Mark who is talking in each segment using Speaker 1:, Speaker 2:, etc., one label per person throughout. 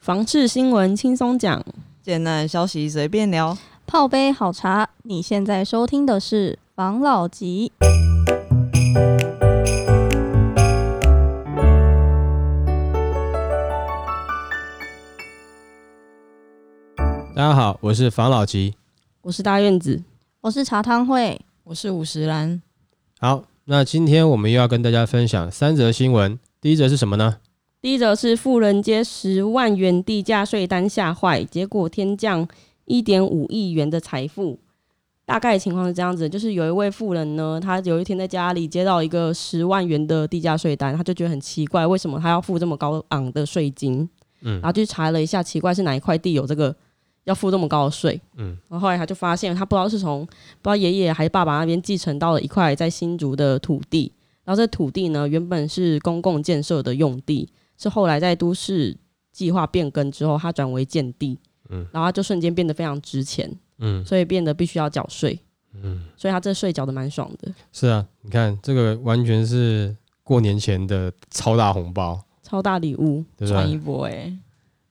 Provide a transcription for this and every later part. Speaker 1: 房事新闻轻松讲，
Speaker 2: 简单消息随便聊。
Speaker 3: 泡杯好茶，你现在收听的是防老集。
Speaker 4: 大家好，我是房老吉。
Speaker 1: 我是大院子。
Speaker 3: 我是茶汤会，
Speaker 2: 我是五十岚，
Speaker 4: 好，那今天我们又要跟大家分享三则新闻。第一则是什么呢？
Speaker 1: 第一则是富人街十万元地价税单吓坏，结果天降一点五亿元的财富。大概情况是这样子，就是有一位富人呢，他有一天在家里接到一个十万元的地价税单，他就觉得很奇怪，为什么他要付这么高昂的税金？
Speaker 4: 嗯
Speaker 1: 然后去查了一下，奇怪是哪一块地有这个要付这么高的税？
Speaker 4: 嗯，
Speaker 1: 然后后来他就发现，他不知道是从不知道爷爷还是爸爸那边继承到了一块在新竹的土地，然后这土地呢原本是公共建设的用地，是后来在都市计划变更之后，它转为建地，
Speaker 4: 嗯
Speaker 1: 然后它就瞬间变得非常值钱，
Speaker 4: 嗯
Speaker 1: 所以变得必须要缴税，
Speaker 4: 嗯，
Speaker 1: 所以他这税缴的蛮爽的，
Speaker 4: 是啊，你看这个完全是过年前的超大红包，
Speaker 1: 超大礼物，
Speaker 4: 对不
Speaker 2: 穿
Speaker 4: 对
Speaker 2: 衣？服哎，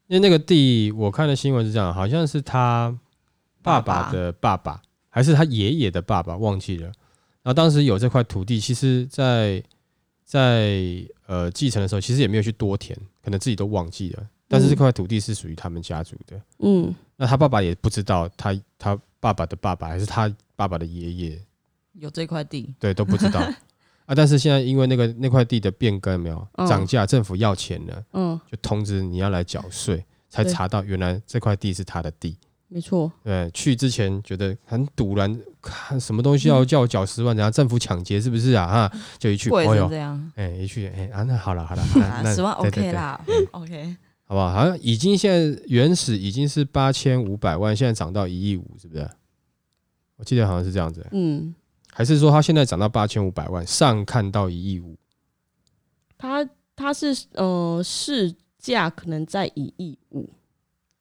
Speaker 4: 因为那个地，我看的新闻是这样，好像是他爸爸的爸爸，还是他爷爷的爸爸，忘记了。然后当时有这块土地，其实在在呃继承的时候，其实也没有去多填，可能自己都忘记了。
Speaker 2: 嗯
Speaker 4: 但是这块土地是属于他们家族的。
Speaker 1: 嗯，
Speaker 4: 那他爸爸也不知道，他他爸爸的爸爸还是他爸爸的爷爷，
Speaker 2: 有这块地，
Speaker 4: 对，都不知 道啊。但是现在因为那个那块地的变更有没有
Speaker 1: 嗯
Speaker 4: 涨价，政府要钱了，
Speaker 1: 嗯，
Speaker 4: 就通知你要来缴税，才
Speaker 1: 对
Speaker 4: 查到原来这块地是他的地。
Speaker 1: 没错，
Speaker 4: 对，去之前觉得很堵然，看什么东西要
Speaker 2: 嗯
Speaker 4: 叫我缴十万，然后政府抢劫是不是啊？哈，就一去，
Speaker 2: 贵
Speaker 4: 哎
Speaker 2: 成
Speaker 4: 呦，
Speaker 2: 这样
Speaker 4: 哎，一去，哎啊，那好了 好了，
Speaker 2: 啊
Speaker 4: 那，那
Speaker 2: 十万
Speaker 4: 对对
Speaker 2: OK
Speaker 4: 对
Speaker 2: 啦，OK，嗯
Speaker 4: 好不好？好像已经现在原始已经是八千五百万，现在涨到一亿五，是不是？我记得好像是这样子，
Speaker 1: 嗯，
Speaker 4: 还是说它现在涨到八千五百万，上看到一亿五？
Speaker 1: 他他是呃市价可能在一亿五，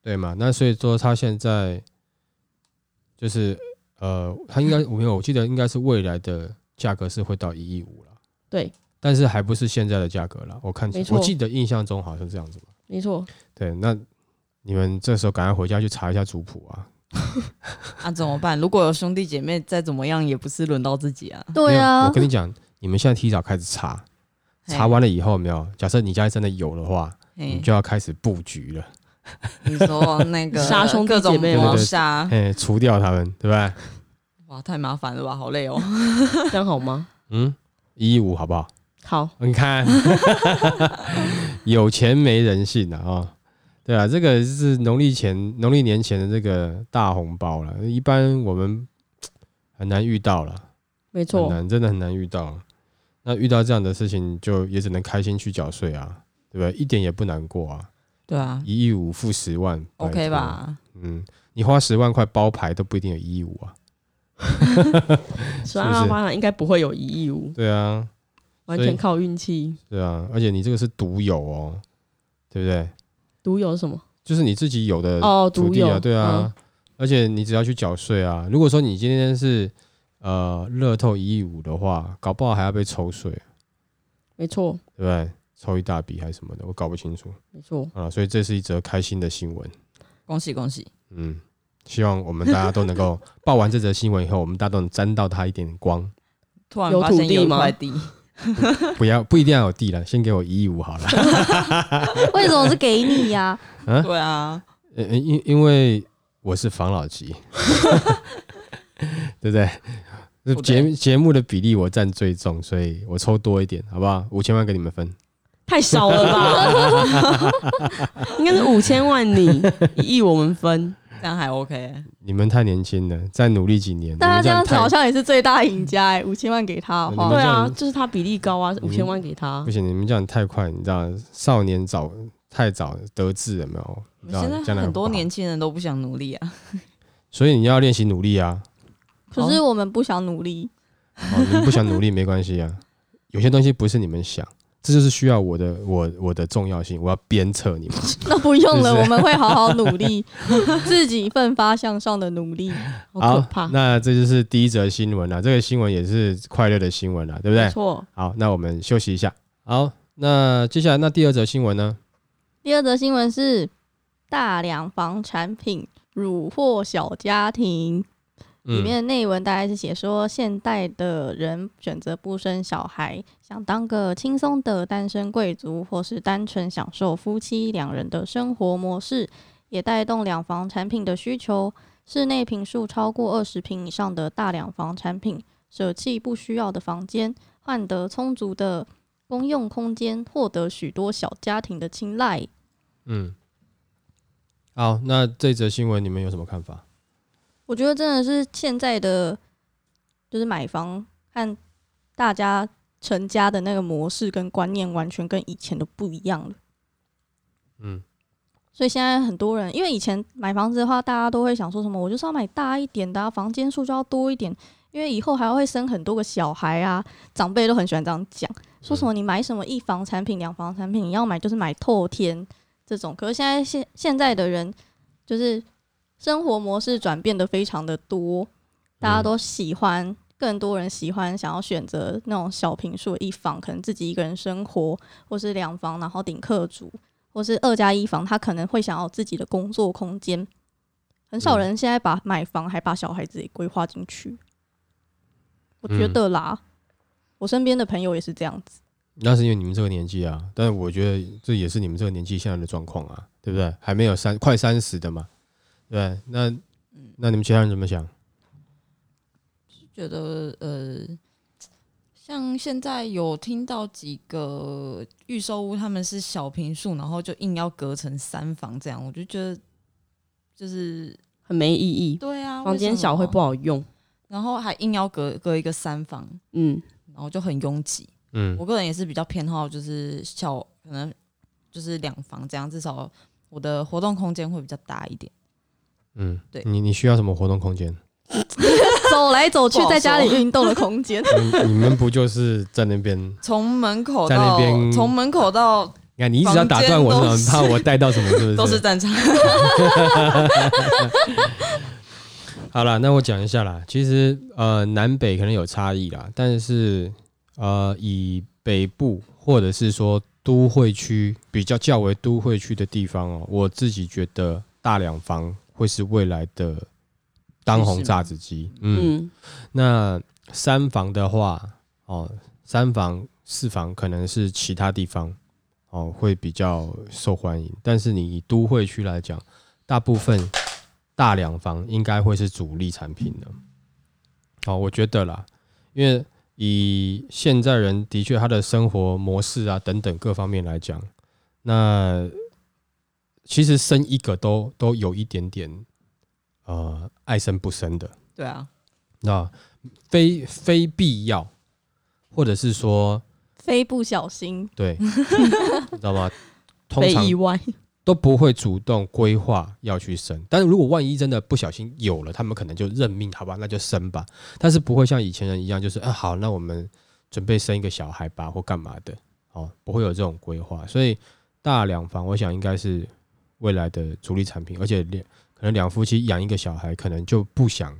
Speaker 4: 对嘛？那所以说它现在就是呃，它应该我没有，我记得应该是未来的价格是会到一亿五了。
Speaker 1: 对，
Speaker 4: 但是还不是现在的价格了。我看
Speaker 1: 没错
Speaker 4: 我记得印象中好像是这样子嘛。
Speaker 1: 没错，
Speaker 4: 对，那你们这时候赶快回家去查一下族谱啊。
Speaker 2: 啊怎么办？如果有兄弟姐妹，再怎么样也不是轮到自己啊。
Speaker 3: 对
Speaker 4: 没有
Speaker 3: 啊哎
Speaker 4: 我，跟你讲，你们现在提早开始查，
Speaker 2: 嘿
Speaker 4: 查完了以后有没有？假设你家真的有的话，你
Speaker 2: 嘿
Speaker 4: 嗯就要开始布局了，
Speaker 2: 你说那 个
Speaker 1: 杀兄弟
Speaker 2: 各种
Speaker 1: 姐妹
Speaker 4: 吗
Speaker 2: 谋杀，
Speaker 4: 哎、除掉他们，对吧？
Speaker 2: 哇，太麻烦了吧，好 累哦。
Speaker 1: 这样好吗？
Speaker 4: 嗯，一一五好不好？
Speaker 1: 好，
Speaker 4: 你看， 有钱没人性啊啊、对啊，这个是农历前、农历年前的这个大红包了，一般我们很难遇到了，
Speaker 1: 没
Speaker 4: 很
Speaker 1: 错，
Speaker 4: 难，真的很难遇到。那遇到这样的事情，就也只能开心去缴税啊，对不对？一点也不难过啊，
Speaker 2: 对啊
Speaker 4: 一亿五付十万拜
Speaker 2: ，OK
Speaker 4: 托
Speaker 2: 吧？
Speaker 4: 嗯，你花十万块包牌都不一定有一亿五啊。
Speaker 1: 十万号发展应该不会有一亿五，
Speaker 4: 对啊，
Speaker 1: 完
Speaker 4: 所
Speaker 1: 全
Speaker 4: 以
Speaker 1: 靠运气。
Speaker 4: 对啊，而且你这个是独有哦，对不对？
Speaker 1: 独有什么？
Speaker 4: 就是你自己有的
Speaker 1: 哦，
Speaker 4: 土
Speaker 1: 独
Speaker 4: 地啊，
Speaker 1: 有，嗯
Speaker 4: 对啊，而且你只要去缴税啊。如果说你今天是呃乐透一亿五的话，搞不好还要被抽税，
Speaker 1: 嗯，没错，
Speaker 4: 对不对？抽一大笔还是什么的，我搞不清楚
Speaker 1: 没错，
Speaker 4: 啊。所以这是一则开心的新闻，
Speaker 2: 恭喜恭喜！
Speaker 4: 嗯，希望我们大家都能够 报完这则新闻以后，我们大家都能沾到它一点光。
Speaker 2: 突然
Speaker 1: 有
Speaker 2: 发
Speaker 1: 土
Speaker 2: 现有
Speaker 1: 地
Speaker 2: 一
Speaker 1: 吗
Speaker 2: 块地，
Speaker 4: 不要不一定要有地了，先给我一亿五好了。
Speaker 3: 为什么是给你呀、
Speaker 4: 啊
Speaker 2: 对啊，
Speaker 4: 呃，因因为我是防老级， 对不对？这
Speaker 2: 不对
Speaker 4: 节节目的比例我占最重，所以我抽多一点，好不好？五千万给你们分，
Speaker 1: 太少了吧？ 应该是五千万你，一亿我们分，
Speaker 2: 这样还 OK。
Speaker 4: 你们太年轻了，再努力几年。
Speaker 3: 大家这样
Speaker 4: 你们
Speaker 3: 子
Speaker 4: 太
Speaker 3: 好像也是最大赢家哎、五千万给他的
Speaker 4: 你
Speaker 3: 话
Speaker 4: 们
Speaker 1: 对，啊，
Speaker 4: 这样嗯
Speaker 1: 就是他比例高啊，
Speaker 4: 你
Speaker 1: 五
Speaker 4: 们
Speaker 1: 千万给他
Speaker 4: 不，行，你们这样太快，你知道，少年早太早得志了没有？你知道
Speaker 2: 现在
Speaker 4: 将来
Speaker 2: 很多
Speaker 4: 不好
Speaker 2: 年，轻人都不想努力啊，
Speaker 4: 所以你要练习努力啊。
Speaker 3: 可是我们不想努力，
Speaker 4: 哦，你们不想努力没关系 啊，有些东西不是你们想，这就是需要我的我我的重要性，我要鞭策你们。
Speaker 3: 那不用了，
Speaker 4: 是不是
Speaker 3: 我们会好好努 力，自己奋发向上的努力。
Speaker 1: 好可怕，
Speaker 4: 那这就是第一则新闻了、啊这个新闻也是快乐的新闻了、啊对不对
Speaker 1: 没？错，
Speaker 4: 好，那我们休息一下。好，那接下来那第二则新闻呢？
Speaker 3: 第二则新闻是大量房产品虏获小家庭》
Speaker 4: 嗯
Speaker 3: 里面的内文大概是写说，现代的人选择不生小孩，想当个轻松的单身贵族，或是单纯享受夫妻两人的生活模式，也带动两房产品的需求。室内平数超过二十平以上的大两房产品，舍弃不需要的房间，换得充足的公用空间，获得许多小家庭的青睐。
Speaker 4: 嗯，好，那这则新闻你们有什么看法？
Speaker 3: 我觉得真的是现在的，就是买房和大家成家的那个模式跟观念，完全跟以前都不一样了。
Speaker 4: 嗯，
Speaker 3: 所以现在很多人，因为以前买房子的话，大家都会想说什么，我就是要买大一点的、啊，房间数就要多一点，因为以后还会生很多个小孩啊。长辈都很喜欢这样讲，说什么你买什么一房产品、两房产品，你要买就是买透天这种。可是现在现现在的人，就是生活模式转变的非常的多，大家都喜欢，
Speaker 4: 嗯
Speaker 3: 更多人喜欢想要选择那种小平数的一房，可能自己一个人生活，或是两房然后顶客主，或是二加一房，他可能会想要有自己的工作空间。很少
Speaker 4: 嗯
Speaker 3: 人现在把买房还把小孩子也规划进去，我觉
Speaker 4: 嗯
Speaker 3: 得啦，我身边的朋友也是这样子。
Speaker 4: 那是因为你们这个年纪啊，但是我觉得这也是你们这个年纪现在的状况啊，对不对？还没有三快三十的嘛，对不对，那那你们其他人怎么想？
Speaker 2: 觉得呃，像现在有听到几个预售屋，他们是小平数，然后就硬要隔成三房这样，我就觉得就是
Speaker 5: 很没意义，
Speaker 2: 对啊，
Speaker 5: 房间小会不
Speaker 2: 好，
Speaker 5: 好用。
Speaker 2: 然后还硬要隔隔一个三房，
Speaker 5: 嗯，
Speaker 2: 然后就很拥挤。
Speaker 4: 嗯
Speaker 2: 我个人也是比较偏好就是小，可能就是两房这样，至少我的活动空间会比较大一点。
Speaker 4: 嗯，
Speaker 2: 对
Speaker 4: 你你需要什么活动空间？
Speaker 3: 走来走去
Speaker 2: 不，好
Speaker 3: 在家里
Speaker 2: 说
Speaker 3: 运动的空 间。
Speaker 4: 你你们不就是在那边？
Speaker 2: 从门口
Speaker 4: 在那
Speaker 2: 到
Speaker 4: 边
Speaker 2: 从门口 到
Speaker 4: 你看你一直要打断我，
Speaker 2: 房间都
Speaker 4: 很
Speaker 2: 是
Speaker 4: 怕我带到什么，是不
Speaker 2: 都是战场，
Speaker 4: 好啦，那我讲一下啦。其实呃，南北可能有差异啦，但是呃，以北部或者是说都会区比较较为都会区的地方哦，我自己觉得大两房会是未来的当红榨汁机。嗯，
Speaker 5: 嗯，
Speaker 4: 那三房的话，哦，三房四房可能是其他地方哦会比较受欢迎，但是你以都会区来讲，大部分大两房应该会是主力产品的。哦，我觉得啦，因为以现在人的确他的生活模式啊等等各方面来讲，那其实生一个都都有一点点呃爱生不生的。
Speaker 2: 对啊，
Speaker 4: 那非非必要，或者是说
Speaker 3: 非不小 心，
Speaker 4: 对，你知道吗？通
Speaker 5: 被
Speaker 4: 常
Speaker 5: 意外。
Speaker 4: 都不会主动规划要去生，但是如果万一真的不小心有了，他们可能就认命，好吧，那就生吧。但是不会像以前人一样，就是啊，好，那我们准备生一个小孩吧，或干嘛的，哦，不会有这种规划。所以大两房，我想应该是未来的主力产品，而且两可能两夫妻养一个小孩，可能就不想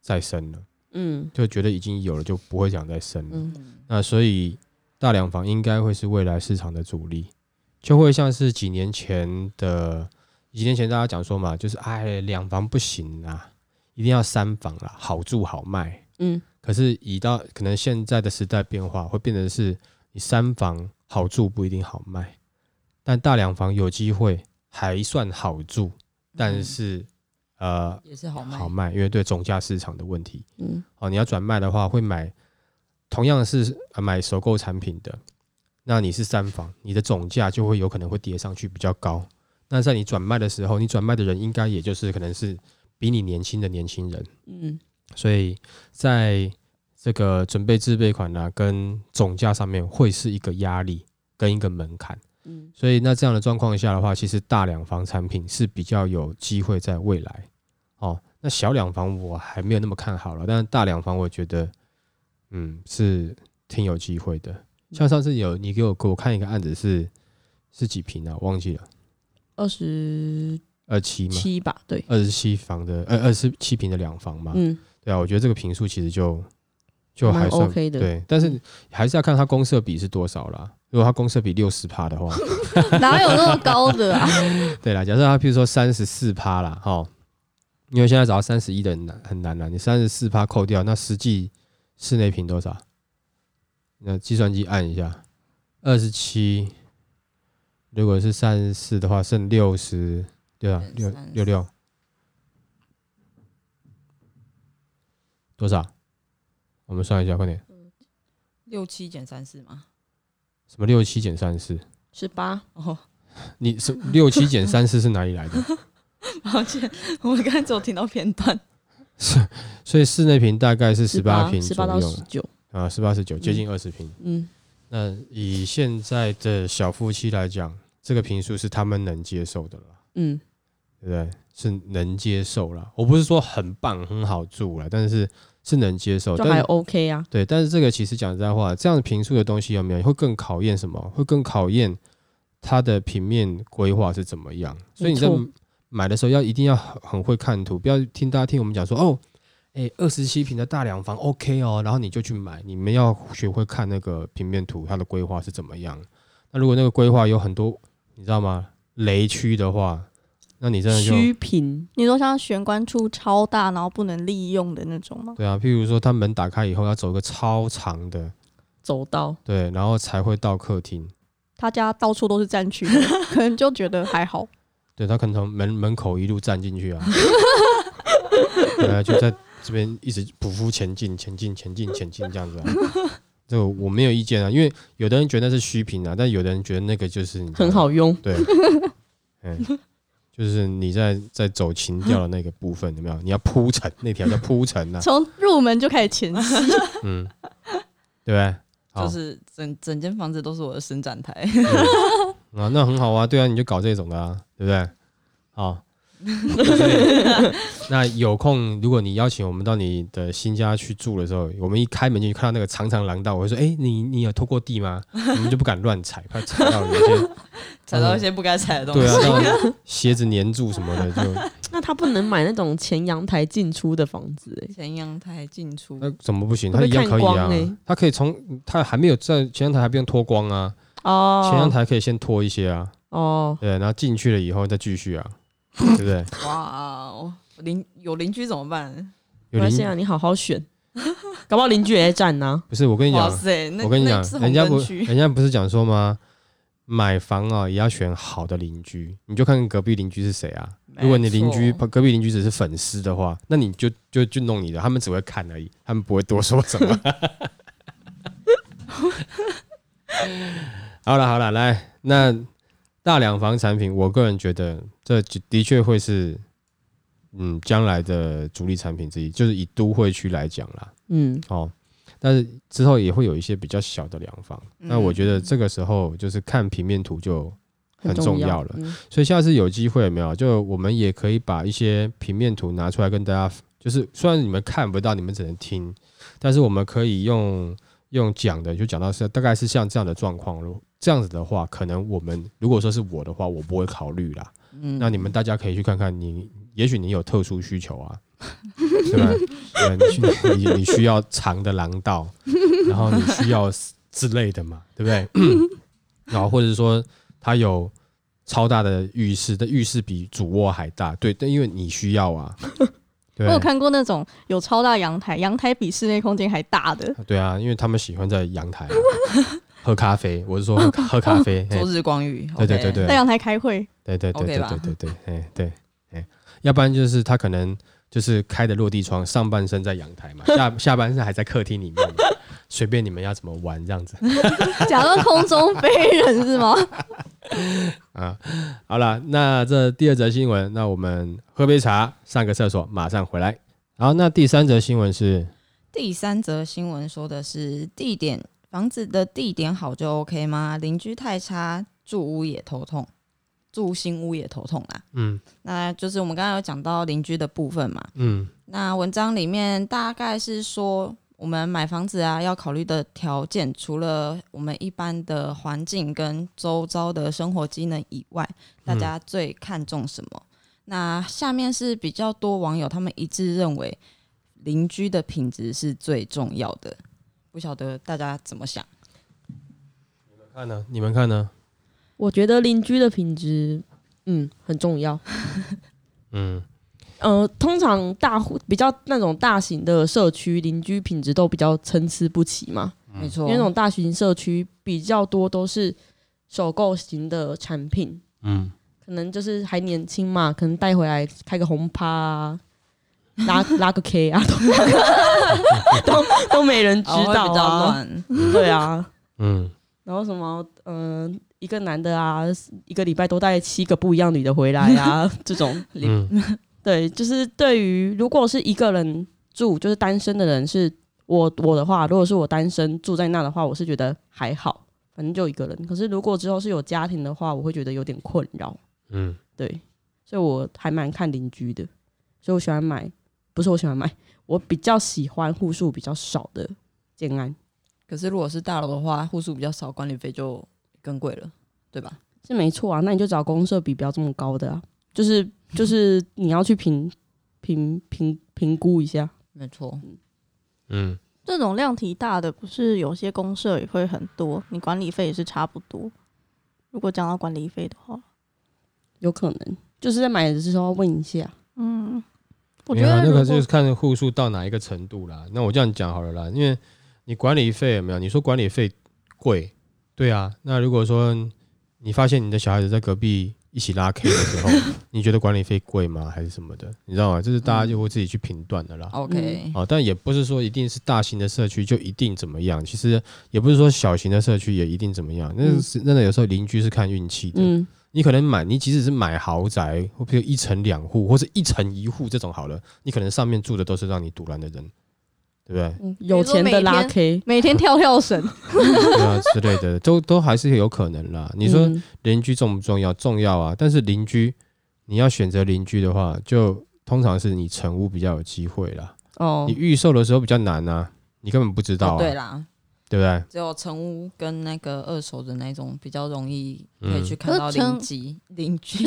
Speaker 4: 再生了。
Speaker 5: 嗯
Speaker 4: 就觉得已经有了，就不会想再生了。
Speaker 5: 嗯，
Speaker 4: 那所以大两房应该会是未来市场的主力，就会像是几年前的，几年前大家讲说嘛，就是哎两房不行啦，一定要三房啦，好住好卖。
Speaker 5: 嗯，
Speaker 4: 可是以到可能现在的时代变化，会变成是你三房好住不一定好卖，但大两房有机会还算好住，但是、呃
Speaker 2: 也是好卖
Speaker 4: 好。卖，因为对总价市场的问题。
Speaker 5: 嗯
Speaker 4: 哦，你要转卖的话，会买同样是呃买首购产品的，那你是三房，你的总价就会有可能会跌上去比较高。那在你转卖的时候，你转卖的人应该也就是可能是比你年轻的年轻人，
Speaker 5: 嗯，
Speaker 4: 所以在这个准备自备款呢、啊跟总价上面会是一个压力跟一个门槛。
Speaker 5: 嗯
Speaker 4: 所以那这样的状况下的话，其实大两房产品是比较有机会在未来哦。那小两房我还没有那么看好了，但是大两房我觉得，嗯，是挺有机会的。
Speaker 5: 嗯
Speaker 4: 像上次有你给我给我看一个案子是是几平啊？忘记了，
Speaker 5: 二十
Speaker 4: 二七吗？
Speaker 5: 七吧，对，
Speaker 4: 二十七房的，呃，二十七平的两房嘛。
Speaker 5: 嗯
Speaker 4: 对啊，我觉得这个平数其实就就还算
Speaker 5: 蛮 OK 的
Speaker 4: 对，但是还是要看它公设比是多少啦。如果它公设比六十趴的话，
Speaker 3: 哪有那么高的啊？
Speaker 4: 对啦，假设它譬如说三十四趴啦，哈，因为现在找到三十一的很难很难啦，你三十四趴扣掉，那实际室内平多少？那计算机按一下，二十七，如果是三十四的话，剩六十，对啊，六六六，多少？我们算一下，快点，
Speaker 2: 嗯六七减三四嘛。
Speaker 4: 什么六七减三四？
Speaker 5: 十八，
Speaker 2: 哦，
Speaker 4: 你是六七减三四是哪里来的？
Speaker 2: 抱歉，我刚才只有听到片段。
Speaker 4: 所以室内平大概是十八
Speaker 5: 八
Speaker 4: 平
Speaker 5: 十
Speaker 4: 左
Speaker 5: 八到
Speaker 4: 右
Speaker 5: 十九，
Speaker 4: 啊，十八十九，接近二十平。
Speaker 5: 嗯，
Speaker 4: 那以现在的小夫妻来讲，这个平数是他们能接受的了，
Speaker 5: 嗯，
Speaker 4: 对不对？是能接受了。我不是说很棒、很好住了，但是是能接受。
Speaker 5: 就
Speaker 4: 哦但
Speaker 5: 还
Speaker 4: 是
Speaker 5: OK 啊，
Speaker 4: 对，但是这个其实讲实在话，这样平数的东西有没有会更考验什么？会更考验它的平面规划是怎么样。所以你在
Speaker 5: 没错
Speaker 4: 买的时候要一定要很很会看图，不要听大家听我们讲说哦，哎，二十七平的大两房 OK 哦，然后你就去买。你们要学会看那个平面图，它的规划是怎么样。那如果那个规划有很多，你知道吗？雷区的话，那你真的就
Speaker 5: 虚平，
Speaker 3: 你说像玄关处超大，然后不能利用的那种吗？
Speaker 4: 对啊。譬如说，它门打开以后要走一个超长的，
Speaker 5: 走道，
Speaker 4: 对，然后才会到客厅。
Speaker 3: 他家到处都是战区， 可能就觉得还好。
Speaker 4: 对他可能从门门口一路站进去啊，然后就在这边一直匍匐前进、前进、前进、前进这样子啊。这个我没有意见啊，因为有的人觉得那是虚评啊，但有的人觉得那个就是你知道
Speaker 5: 很，好用，
Speaker 4: 对，嗯，就是你在在走情调的那个部分有没有？你要铺陈那条叫铺陈啊，
Speaker 3: 从入门就开始前戏，
Speaker 4: 嗯，对不对？好
Speaker 2: 就是整整间房子都是我的伸展台，
Speaker 4: 啊，那很好啊，对啊，你就搞这种的啊，对不对？ 好，所以那有空，如果你邀请我们到你的新家去住的时候，我们一开门进去看到那个长长廊道，我会说：“哎、你你有拖过 地吗？”我们就不敢乱踩，怕踩到有一些
Speaker 2: 踩到一些不该踩的东西。
Speaker 4: 嗯对啊，让鞋子粘住什么的，就
Speaker 5: 那他不能买那种前阳台进出的房子、欸，
Speaker 2: 前阳台进出
Speaker 4: 那怎么不行？
Speaker 5: 会
Speaker 4: 它
Speaker 5: 被
Speaker 4: 一样可
Speaker 5: 看
Speaker 4: 以啊
Speaker 5: 光欸，
Speaker 4: 它可以从它还没有在前阳台还不用脱光啊，
Speaker 5: 哦，
Speaker 4: 前阳台可以先脱一些啊，
Speaker 5: 哦，
Speaker 4: 对，然后进去了以后再继续啊，对不对？
Speaker 2: 哇哦，邻有邻居怎么办？
Speaker 5: 没
Speaker 4: 有
Speaker 5: 关系
Speaker 4: 邻
Speaker 5: 啊，你好好选，搞不好邻居也在站呢、
Speaker 4: 不是我跟你
Speaker 2: 哇
Speaker 4: 讲，
Speaker 2: 塞，那
Speaker 4: 我跟你讲
Speaker 2: 那是，红
Speaker 4: 人家不
Speaker 2: 灯，区
Speaker 4: 人家不是讲说吗？买房啊，也要选好的邻居，你就看看隔壁邻居是谁啊。如果
Speaker 2: 没
Speaker 4: 你
Speaker 2: 错
Speaker 4: 邻居隔壁邻居只是粉丝的话，那你就就就弄你的，他们只会看而已，他们不会多说什么。 好了好了，来，那大两房产品，我个人觉得这的确会是，嗯，将来的主力产品之一，就是以都会区来讲啦。
Speaker 5: 嗯，
Speaker 4: 哦，但是之后也会有一些比较小的量房，那、我觉得这个时候就是看平面图就很重要了。
Speaker 5: 嗯
Speaker 4: 所以下次有机会有没有，就我们也可以把一些平面图拿出来跟大家，就是虽然你们看不到，你们只能听，但是我们可以用用讲的，就讲到是呃大概是像这样的状况咯。这样子的话，可能我们如果说是我的话，我不会考虑啦。
Speaker 2: 嗯
Speaker 4: 那你们大家可以去看看你，也许你有特殊需求啊，对吧？对，你需你你需要长的廊道，然后你需要之类的嘛，对不对？ 然后或者说它有超大的浴室，但浴室比主卧还大，对，但因为你需要啊，对
Speaker 3: 我有看过那种有超大阳台，阳台比室内空间还大的，
Speaker 4: 对啊，因为他们喜欢在阳台啊、喝咖啡，我是说喝喝咖啡， 嘿
Speaker 2: 做日光浴，
Speaker 4: 对对对
Speaker 2: OK
Speaker 4: 对
Speaker 3: 在阳台开 会，
Speaker 4: 对对对
Speaker 2: 哦 OK
Speaker 4: 对
Speaker 2: 吧
Speaker 4: 对对对，哎对哎，要不然就是他可能就是开的落地窗，上半身在阳台嘛，下下半身还在客厅里面嘛，随便你们要怎么玩这样子
Speaker 3: 假装空中飞人是吗？
Speaker 4: 啊。好了，那这第二则新闻，那我们喝杯茶，上个厕所，马上回来。好，那第三则新闻是
Speaker 2: 第三则新闻说的是地点，房子的地点好就 OK 吗？邻居太差，住屋也头痛，住新屋也头痛啦。
Speaker 4: 嗯
Speaker 2: 那就是我们刚刚有讲到邻居的部分嘛。
Speaker 4: 嗯
Speaker 2: 那文章里面大概是说，我们买房子啊要考虑的条件，除了我们一般的环境跟周遭的生活机能以外，大家最看重什么？那下面是比较多网友他们一致认为，邻居的品质是最重要的。不晓得大家怎么想？
Speaker 4: 看呢？你们看呢？
Speaker 1: 我觉得邻居的品质，嗯，很重要。
Speaker 4: 嗯，
Speaker 1: 呃，通常大户比较那种大型的社区，邻居品质都比较参差不齐嘛。
Speaker 4: 嗯
Speaker 2: 没
Speaker 1: 因
Speaker 2: 错，
Speaker 1: 为那种大型社区比较多都是首购型的产品，
Speaker 4: 嗯，
Speaker 1: 可能就是还年轻嘛，可能带回来开个红趴、啊，拉拉个 K 啊，都 都都没人知
Speaker 2: 哦会
Speaker 1: 道
Speaker 2: 比较
Speaker 1: 啊，
Speaker 2: 乱，
Speaker 1: 对啊。
Speaker 4: 嗯，
Speaker 1: 然后什么，嗯、一个男的啊，一个礼拜都带七个不一样女的回来啊，这种，
Speaker 4: 嗯，
Speaker 1: 对，就是对于如果是一个人住，就是单身的人是，我我的话，如果是我单身住在那的话，我是觉得还好，反正就一个人。可是如果之后是有家庭的话，我会觉得有点困扰，
Speaker 4: 嗯，
Speaker 1: 对，所以我还蛮看邻居的，所以我喜欢买，不是我喜欢买，我比较喜欢户数比较少的建安，
Speaker 2: 可是如果是大楼的话，户数比较少，管理费就更贵了，对吧？
Speaker 1: 是没错啊，那你就找公社比不要这么高的啊，就是就是你要去评评评评估一下，
Speaker 2: 没错，
Speaker 4: 嗯，
Speaker 3: 这种量体大的，不是有些公社也会很多，你管理费也是差不多。如果讲到管理费的话，
Speaker 1: 有可能就是在买的时候要问一下。
Speaker 3: 嗯，我
Speaker 4: 没
Speaker 3: 觉
Speaker 4: 有啦
Speaker 3: 得
Speaker 4: 那
Speaker 3: 如果
Speaker 4: 个就是看户数到哪一个程度啦。那我这样讲好了啦，因为你管理费有没有？你说管理费贵，对啊。那如果说你发现你的小孩子在隔壁一起拉 K 的时候， 你觉得管理费贵吗？还是什么的？你知道吗？这是大家就会自己去评断的啦。
Speaker 3: 嗯
Speaker 2: OK，、
Speaker 4: 啊，但也不是说一定是大型的社区就一定怎么样，其实也不是说小型的社区也一定怎么样，那
Speaker 1: 嗯
Speaker 4: 是真的有时候邻居是看运气的。
Speaker 1: 嗯，
Speaker 4: 你可能买，你即使是买豪宅，或比如一层两户，或者一层一户这种好了，你可能上面住的都是让你堵拦的人，对不对？
Speaker 2: 嗯
Speaker 3: 嗯
Speaker 1: 有钱的拉 K，
Speaker 3: 每天跳跳 绳，
Speaker 4: 对啊之类的， 都都还是有可能啦。你说
Speaker 1: 嗯
Speaker 4: 邻居重不重要？重要啊！但是邻居，你要选择邻居的话，就通常是你成屋比较有机会啦。
Speaker 1: 哦
Speaker 4: 你，预售的时候比较难啊，你根本不知
Speaker 2: 哦
Speaker 4: 道啊，
Speaker 2: 对啦，
Speaker 4: 对不对？
Speaker 2: 只有成屋跟那个二手的那种比较容易可以去
Speaker 3: 嗯
Speaker 2: 看到
Speaker 3: 可是成
Speaker 2: 邻居邻居。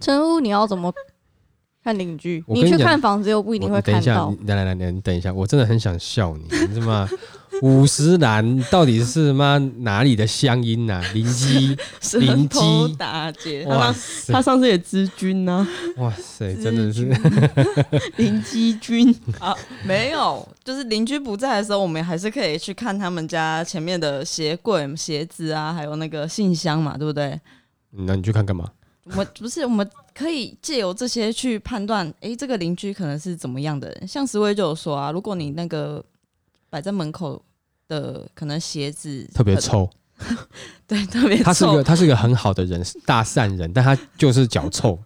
Speaker 3: 成屋你要怎么看邻居？
Speaker 4: 我跟你
Speaker 3: 去
Speaker 4: 讲
Speaker 3: 看房子又不一定
Speaker 4: 我
Speaker 3: 会
Speaker 4: 你等一
Speaker 3: 看
Speaker 4: 下，
Speaker 3: 到
Speaker 4: 你。来来来来，你等一下，我真的很想笑你，你知道吗？ 五十岚到底是妈哪里的乡音呐、啊？邻居， 邻居哦
Speaker 2: 头打劫，
Speaker 4: 哇塞
Speaker 1: 他，上次也啊知军呐，
Speaker 4: 哇塞，真的是，
Speaker 1: 林基军，
Speaker 2: 啊，没有，就是邻居不在的时候，我们还是可以去看他们家前面的鞋柜、鞋子啊，还有那个信箱嘛，对不对？
Speaker 4: 那你去看干嘛？
Speaker 2: 我们不是我们可以借由这些去判断，诶，这个邻居可能是怎么样的人。像石威就有说啊，如果你那个摆在门口的可能鞋子
Speaker 4: 特别
Speaker 2: 很，
Speaker 4: 臭，
Speaker 2: 对，特别
Speaker 4: 他是个
Speaker 2: 臭，
Speaker 4: 他是个很好的人，是大善人，但他就 是脚臭。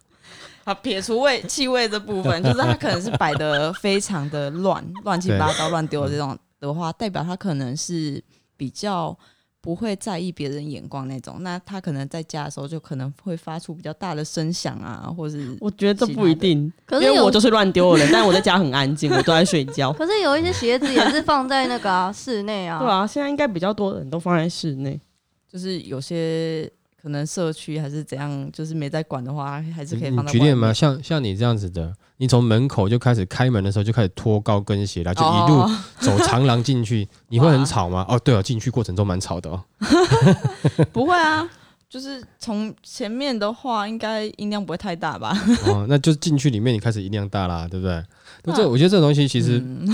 Speaker 2: 啊，撇除味气味这部分，就是他可能是摆的非常的乱，乱七八糟、乱丢的这种的话，代表他可能是比较不会在意别人眼光那种。那他可能在家的时候就可能会发出比较大的声响啊，或是
Speaker 1: 我觉得这不一定，
Speaker 3: 可是
Speaker 1: 因为
Speaker 3: 有
Speaker 1: 我就是乱丢的人，但我在家很安静，我都在睡 觉。
Speaker 3: 可是有一些鞋子也是放在那个啊 室内啊，
Speaker 1: 对啊，现在应该比较多人都放在室内，
Speaker 2: 就是有些可能社区还是怎样，就是没在管的话，还是可
Speaker 4: 你
Speaker 2: 以
Speaker 4: 嗯你
Speaker 2: 放到
Speaker 4: 举例
Speaker 2: 外
Speaker 4: 嘛，
Speaker 2: 面。
Speaker 4: 像像你这样子的，你从门口就开始开门的时候就开始脱高跟鞋了，就一路
Speaker 2: 哦
Speaker 4: 走长廊进去，你会 很
Speaker 2: 哇
Speaker 4: 吵吗？哦，对哦，进去过程中蛮吵的哦。
Speaker 2: 不会啊，就是从前面的话，应该音量不会太大吧？
Speaker 4: 哦，那就进去里面，你开始音量大啦，对不对？那这我觉得这种东西其实
Speaker 2: 嗯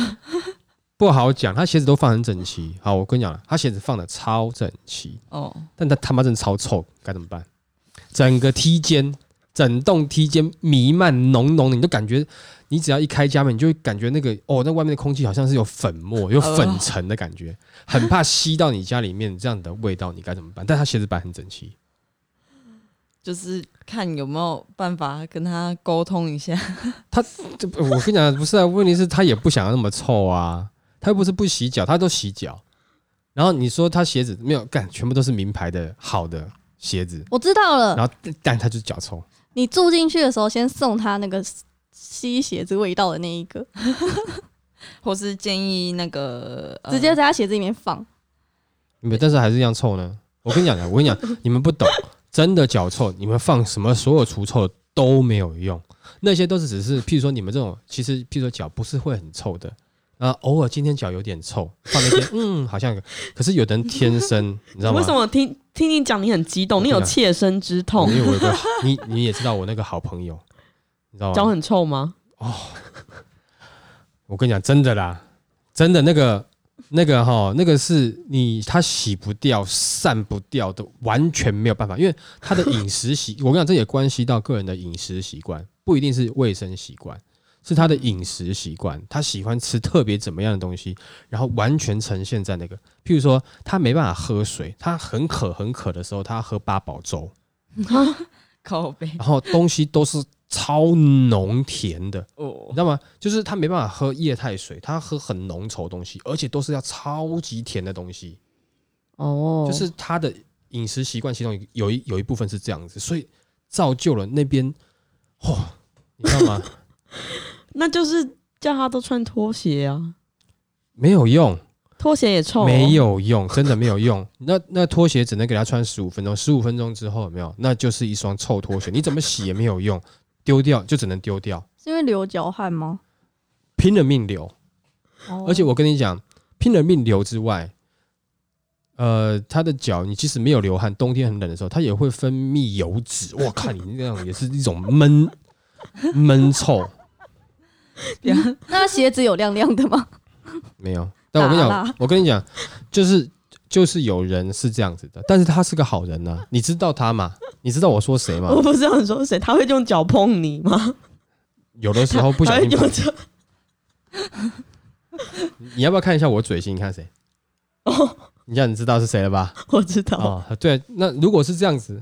Speaker 4: 不好讲，他鞋子都放很整齐。好，我跟你讲了，他鞋子放的超整齐，
Speaker 2: 哦，
Speaker 4: 但他他妈真的超臭，该怎么办？整个梯间，整栋梯间弥漫浓浓的，你就感觉你只要一开家门，你就会感觉那个哦，那外面的空气好像是有粉末、有粉尘的感觉，很怕吸到你家里面这样的味道，你该怎么办？但他鞋子摆很整齐，
Speaker 2: 就是看有没有办法跟他沟通一下。
Speaker 4: 这不我跟你讲，不是啊，问题是他也不想要那么臭啊，他又不是不洗脚，他都洗脚。然后你说他鞋子没有干，全部都是名牌的好的鞋子，
Speaker 3: 我知道了
Speaker 4: 然。后但他就是脚臭，
Speaker 3: 你住进去的时候，先送他那个吸鞋子味道的那一个，
Speaker 1: 嗯
Speaker 2: 或是建议那个、呃
Speaker 3: 直接在他鞋子里面放。
Speaker 4: 没有，但是还是一样臭呢。我跟你讲啊，我跟你讲，你们不懂，真的脚臭，你们放什么所有除臭都没有用，那些都是只是，譬如说你们这种，其实譬如说脚不是会很臭的，啊，偶尔今天脚有点臭，放那边，嗯，好像有，可是有的人天生，你知道 吗？
Speaker 1: 为什么听听你讲你很激动？
Speaker 4: 我
Speaker 1: 你
Speaker 4: 跟你
Speaker 1: 有
Speaker 4: 讲
Speaker 1: 切身之痛
Speaker 4: 因，为我有个好，你你也知道我那个好朋友，你知道
Speaker 1: 脚
Speaker 4: 吗？
Speaker 1: 很臭吗？
Speaker 4: 我跟你讲，真的啦，真的那个那个哈，那个是你他洗不掉、散不掉的，完全没有办法，因为他的饮食习，我跟你讲，这也关系到个人的饮食习惯，不一定是卫生习惯，是他的饮食习惯，他喜欢吃特别怎么样的东西，然后完全呈现在那个，譬如说他没办法喝水，他很渴很渴的时候，他喝八宝粥，
Speaker 2: 靠背
Speaker 4: 然后东西都是超浓甜的，你
Speaker 2: 哦
Speaker 4: 知，道吗？就是他没办法喝液态水，他喝很浓稠的东西，而且都是要超级甜的东西。
Speaker 1: 哦，
Speaker 4: 就是他的饮食习惯其中有一有一部分是这样子，所以造就了那边，哦，你知道吗？
Speaker 1: 那就是叫他都穿拖鞋啊，
Speaker 4: 没有用，
Speaker 1: 拖鞋也臭、
Speaker 4: 没，有用，真的没有用。那那拖鞋只能给他穿十五分钟，十五分钟之后有没有？那就是一双臭拖鞋，你怎么洗也没有用，丢掉就只能丢掉，
Speaker 3: 是因为流脚 汗吗？
Speaker 4: 拼了命留。
Speaker 2: 哦
Speaker 3: 哦
Speaker 4: 而且我跟你讲，拼了命流之外，呃，他的脚你即使没有流汗，冬天很冷的时候，它也会分泌油脂。我靠，你那样也是一种闷 闷臭，
Speaker 3: 那鞋子有亮亮的吗？
Speaker 4: 没有。但我跟你
Speaker 3: 打
Speaker 4: 讲
Speaker 3: 蜡，
Speaker 4: 我跟你讲，就是就是有人是这样子的，但是他是个好人呐、啊你知道他吗？你知道我说谁吗
Speaker 1: 我？不知道你说谁，他会用脚碰你吗？
Speaker 4: 有的时候 不小
Speaker 1: 他会
Speaker 4: 心碰
Speaker 1: 用，脚，
Speaker 4: 你要不要看一下我嘴型？你看谁？
Speaker 1: 哦，
Speaker 4: 你这样你知道是谁了吧？
Speaker 1: 我知道，
Speaker 4: 哦，对，那如果是这样子，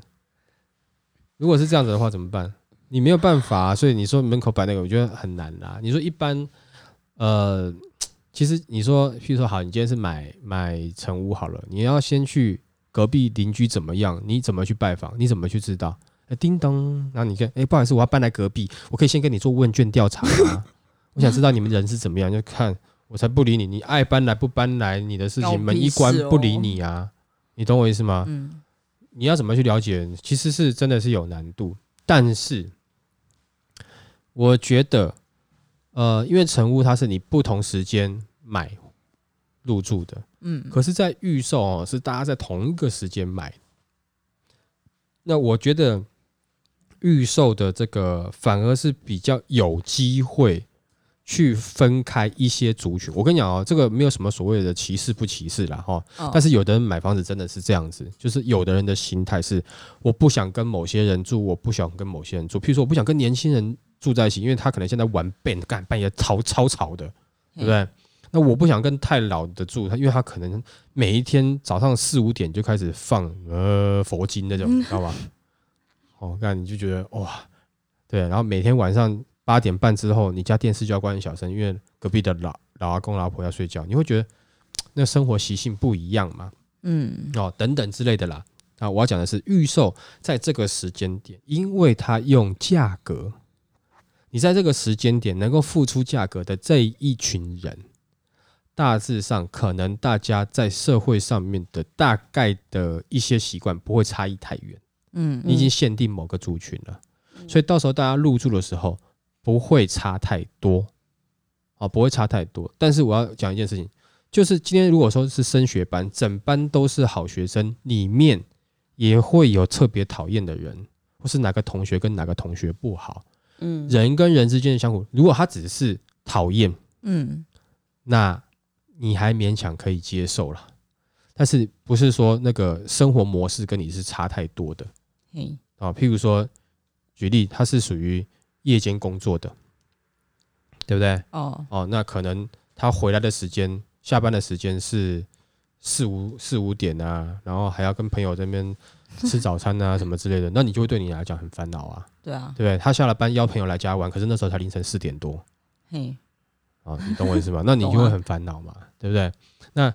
Speaker 4: 如果是这样子的话怎么办？你没有办法啊、所以你说门口摆那个，我觉得很难啦、你说一般，呃，其实你说，譬如说，好，你今天是买买成屋好了，你要先去隔壁邻居怎么样？你怎么去拜访？你怎么去知道？哎叮咚，然后你看，哎、不好意思，我要搬来隔壁，我可以先跟你做问卷调查吗？ 我想知道你们人是怎么样，就看我才不理你，你爱搬来不搬来，你的事
Speaker 2: 搞
Speaker 4: 情门一
Speaker 2: 屁事
Speaker 4: 关不理
Speaker 2: 哦
Speaker 4: 你啊。你懂我意思吗？
Speaker 2: 嗯，
Speaker 4: 你要怎么去了解？其实是真的是有难度，但是我觉得，呃，因为成屋它是你不同时间买入住的，
Speaker 2: 嗯，
Speaker 4: 可是，在预售哦，是大家在同一个时间买。那我觉得预售的这个反而是比较有机会去分开一些族群。我跟你讲哦，这个没有什么所谓的歧视不歧视啦，哈、
Speaker 2: 哦
Speaker 4: 但是有的人买房子真的是这样子，就是有的人的心态是我不想跟某些人住，我不想跟某些人住。譬如说，我不想跟年轻人住在一起，因为他可能现在玩 band 干半夜超超吵的，对不对？那我不想跟太老的住，他因为他可能每一天早上四五点就开始放呃佛经那种，你知道吧？哦，那你就觉得哇，对，然后每天晚上八点半之后，你家电视就要关很小声，因为隔壁的老老阿公老婆要睡觉，你会觉得嘖那生活习性不一样嘛？
Speaker 2: 嗯，
Speaker 4: 哦，等等之类的啦。啊，我要讲的是预售在这个时间点，因为它用价格，你在这个时间点能够付出价格的这一群人，大致上可能大家在社会上面的大概的一些习惯不会差异太远，
Speaker 2: 嗯
Speaker 4: 你已经限定某个族群了，所以到时候大家入住的时候不会差太多，啊，不会差太多。但是我要讲一件事情，就是今天如果说是升学班，整班都是好学生，里面也会有特别讨厌的人，或是哪个同学跟哪个同学不好。
Speaker 1: 嗯，
Speaker 4: 人跟人之间的相处，如果他只是讨厌，
Speaker 2: 嗯，
Speaker 4: 那你还勉强可以接受了。但是不是说那个生活模式跟你是差太多的
Speaker 2: 嘿，
Speaker 4: 啊？譬如说，举例，他是属于夜间工作的，对不对？
Speaker 2: 哦，
Speaker 4: 哦，那可能他回来的时间，下班的时间是四五四五点啊，然后还要跟朋友这边吃早餐啊什么之类的，那你就会对你来讲很烦恼啊，
Speaker 2: 对啊
Speaker 4: 对，不对？他下了班邀朋友来家玩，可是那时候才凌晨四点多
Speaker 2: 嘿，
Speaker 4: 啊，你懂我意思吗？那你就
Speaker 2: 懂
Speaker 4: 会
Speaker 2: 啊
Speaker 4: 很烦恼嘛，对不对？那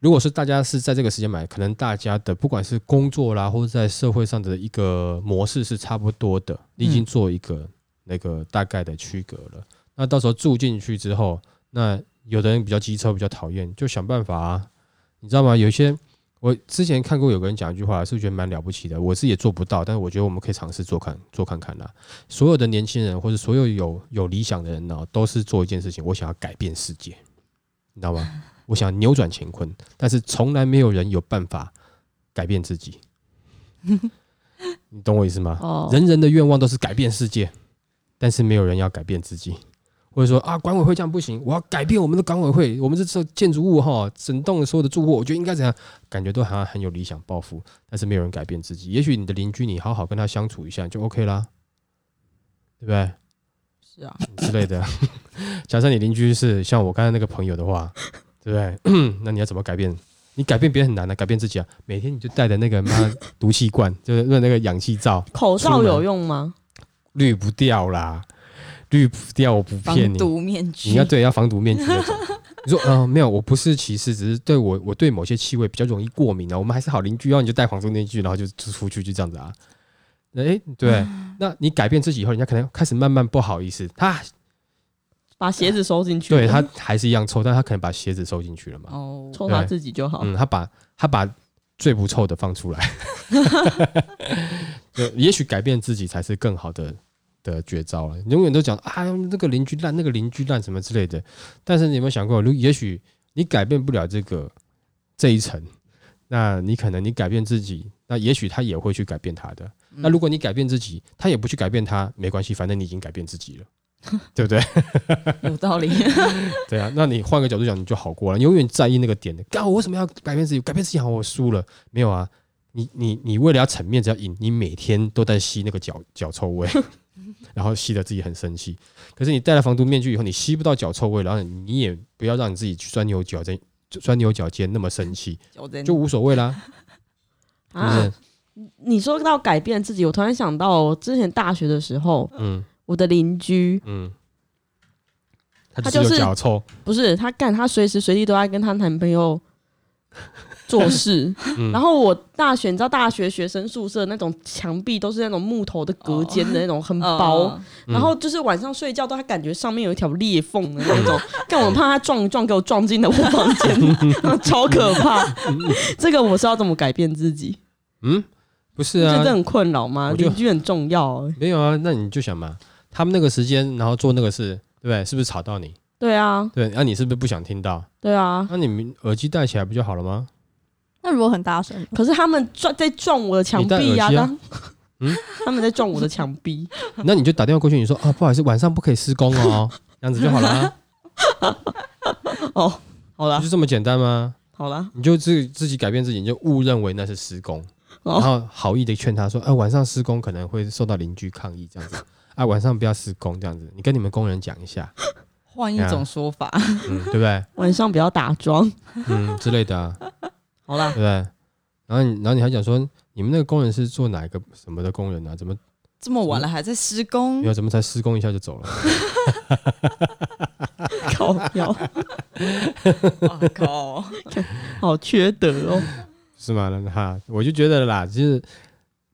Speaker 4: 如果是大家是在这个时间买，可能大家的不管是工作啦，或者在社会上的一个模式是差不多的，你已经
Speaker 2: 嗯
Speaker 4: 做一个那个大概的区隔了。那到时候住进去之后，那有的人比较机车，比较讨厌，就想办法啊，你知道吗？有一些我之前看过有个人讲一句话，是觉得蛮了不起的，我自己也做不到，但是我觉得我们可以尝试做看做看看啦。所有的年轻人或者所有有有理想的人呢、都是做一件事情，我想要改变世界，你知道吗？我想扭转乾坤，但是从来没有人有办法改变自 己。你懂我意思吗？
Speaker 1: 哦，
Speaker 4: 人人的愿望都是改变世界，但是没有人要改变自己，或者说啊，管委会这样不行，我要改变我们的管委会，我们这这建筑物哈，整栋所有的住户，我觉得应该怎样，感觉都好像很有理想抱负，但是没有人改变自己。也许你的邻居，你好好跟他相处一下就 OK 啦，对不对？
Speaker 2: 是啊，
Speaker 4: 之类的。 假设你邻居是像我刚才那个朋友的话，对不对？那你要怎么改变？你改变别人很难的、改变自己啊！每天你就带着那个妈 毒气罐，就是那个氧气罩，
Speaker 1: 口罩有用吗？
Speaker 4: 滤不掉啦，滤不掉，我不
Speaker 2: 防
Speaker 4: 骗你，
Speaker 2: 毒面具，
Speaker 4: 你要对要防毒面 具那种。你说，嗯、没有，我不是歧视，只是对我我对某些气味比较容易过敏啊。我们还是好邻居，然后你就戴防毒面具，然后就就出去就这样子啊。诶，对，
Speaker 2: 啊
Speaker 4: 那你改变自己以后，人家可能开始慢慢不好意思，他
Speaker 1: 把鞋子收进去，
Speaker 4: 对他还是一样臭，但他可能把鞋子收进去了嘛。
Speaker 2: 哦，
Speaker 1: 抽他自己就好。
Speaker 4: 嗯，他把他把最不臭的放出来， 就也许改变自己才是更好的的绝招了。永远都讲啊，那个邻居烂，那个邻居烂什么之类的，但是你有没有想过，如也许你改变不了这个这一层，那你可能你改变自己，那也许他也会去改变他的。那如果你改变自己，他也不去改变他，没关系，反正你已经改变自己了， 对不对？
Speaker 2: 有道理，
Speaker 4: 对啊，那你换个角度讲，你就好过了。你永远在意那个点的，干我为什么要改变自己？改变自己好，我输了没有啊？你你你为了要层面，只要赢，你每天都在吸那个脚脚臭味， 然后吸得自己很生气。可是你戴了防毒面具以后，你吸不到脚臭味，然后你也不要让你自己去钻牛角尖，钻牛角尖那么生气，
Speaker 2: 就这样
Speaker 4: 就无所谓啦。
Speaker 1: 啊
Speaker 4: 嗯，
Speaker 1: 你说到改变自己，我突然想到，我之前大学的时候，
Speaker 4: 嗯
Speaker 1: 我的邻居
Speaker 4: 嗯，他
Speaker 1: 他
Speaker 4: 就
Speaker 1: 就是
Speaker 4: 有
Speaker 1: 是
Speaker 4: 脚臭，
Speaker 1: 不是她干，她随时随地都在跟她男朋 友做事。
Speaker 4: 嗯
Speaker 1: 然后我大学，你知道大学学生宿舍那种墙壁都是那种木头的隔间的那种，很薄。
Speaker 2: 哦
Speaker 4: 嗯
Speaker 1: 然后就是晚上睡觉都还感觉上面有一条裂缝的那 种，但我怕他撞一撞给我撞进了我房间， 超可怕。这个我是要怎么改变自己？
Speaker 4: 嗯，不是
Speaker 1: 这
Speaker 4: 啊
Speaker 1: 真的，很困扰吗？
Speaker 4: 我就
Speaker 1: 邻居很重要、欸。
Speaker 4: 没有啊，那你就想嘛，他们那个时间，然后做那个事，对不对？是不是吵到你？
Speaker 1: 对啊，
Speaker 4: 对，那、你是不是不想听到？
Speaker 1: 对啊。
Speaker 4: 那、你们耳机戴起来不就好了吗？
Speaker 3: 那如果很大声，
Speaker 1: 可是他们撞在撞我的墙
Speaker 4: 你
Speaker 1: 壁
Speaker 4: 戴耳
Speaker 1: 啊，
Speaker 4: 机啊
Speaker 1: 当
Speaker 4: 嗯，
Speaker 1: 他们在撞我的墙壁，
Speaker 4: 那你就打电话过去，你说啊，不好意思，晚上不可以施工哦， 这样子就好了啊、哦
Speaker 1: 好
Speaker 4: 不
Speaker 1: 啦，
Speaker 4: 就这么简单吗？
Speaker 1: 好啦，
Speaker 4: 你就自自己改变自己，你就误认为那是施工，
Speaker 1: 哦
Speaker 4: 然后好意的劝他说，哎、晚上施工可能会受到邻居抗议，这 样子，啊，晚上不要施工，这样子，你跟你们工人讲一下，
Speaker 2: 换一种说法，
Speaker 4: 嗯，对不对？
Speaker 1: 晚上不要打 桩。
Speaker 4: 嗯之类的啊，
Speaker 1: 好啦
Speaker 4: 对，不对？然后你，然后你还讲说，你们那个工人是做哪一个什么的工人啊？怎么
Speaker 2: 这么晚了还在施工
Speaker 1: 嗯
Speaker 4: 没，有？怎么才施工一下就走了？
Speaker 1: 靠腰，
Speaker 2: 我靠，
Speaker 1: 好缺德哦。
Speaker 4: 是吗？那哈，我就觉得啦，就是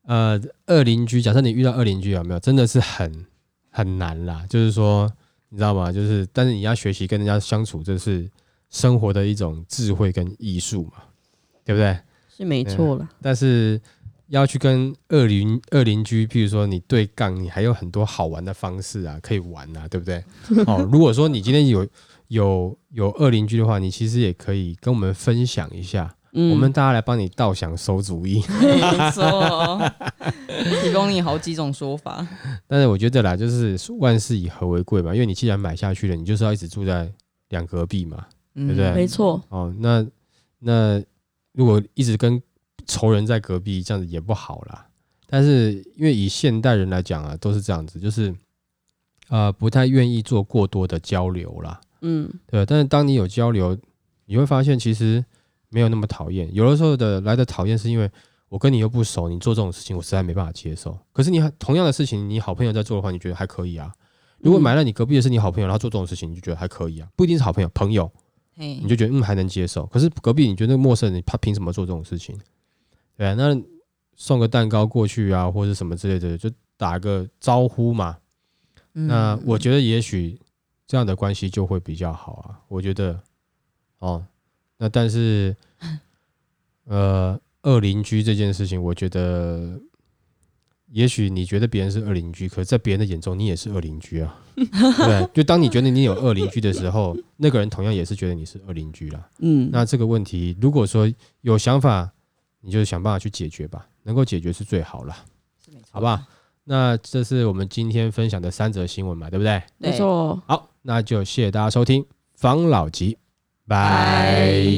Speaker 4: 呃，二邻居，假设你遇到二邻居有没有，真的是很很难啦。就是说，你知道吗？就是，但是你要学习跟人家相处，这是生活的一种智慧跟艺术嘛，对不对？
Speaker 1: 是没错啦，
Speaker 4: 但是要去跟二邻二邻居，譬如说你对杠，你还有很多好玩的方式啊，可以玩啊，对不对？哦，如果说你今天有有有二邻居的话，你其实也可以跟我们分享一下，
Speaker 1: 嗯，
Speaker 4: 我们大家来帮你倒想馊主意。
Speaker 2: 没错，提供你好几种说法，
Speaker 4: 但是我觉得啦，就是万事以和为贵嘛，因为你既然买下去了，你就是要一直住在两隔壁嘛。
Speaker 2: 对
Speaker 4: 对不对
Speaker 1: 没错，
Speaker 4: 哦，那那如果一直跟仇人在隔壁，这样子也不好啦。但是因为以现代人来讲啊，都是这样子，就是呃不太愿意做过多的交流啦。
Speaker 1: 嗯，
Speaker 4: 对，但是当你有交流，你会发现其实没有那么讨厌。有的时候的来的讨厌是因为我跟你又不熟，你做这种事情我实在没办法接受。可是你还同样的事情，你好朋友在做的话，你觉得还可以啊。如果
Speaker 1: 嗯
Speaker 4: 买了你隔壁的是你好朋友，然后做这种事情，你就觉得还可以啊，不一定是好朋友，朋友
Speaker 2: 嘿
Speaker 4: 你就觉得嗯还能接受。可是隔壁你觉得陌生人，他凭什么做这种事情？对啊，那送个蛋糕过去啊，或者什么之类的，就打个招呼嘛。
Speaker 2: 嗯
Speaker 4: 那我觉得也许这样的关系就会比较好啊。我觉得，哦，那但是 呃恶邻居这件事情，我觉得，也许你觉得别人是恶邻居，可在别人的眼中你也是恶邻居啊。对，就当你觉得你有恶邻居的时候，那个人同样也是觉得你是恶邻居啦。
Speaker 1: 嗯，
Speaker 4: 那这个问题，如果说有想法，你就想办法去解决吧，能够解决是最好了，好不好？那这是我们今天分享的三则新闻嘛，对不对？
Speaker 1: 没
Speaker 2: 对
Speaker 1: 错。
Speaker 4: 好，那就谢谢大家收听《防老集》，拜。
Speaker 1: 拜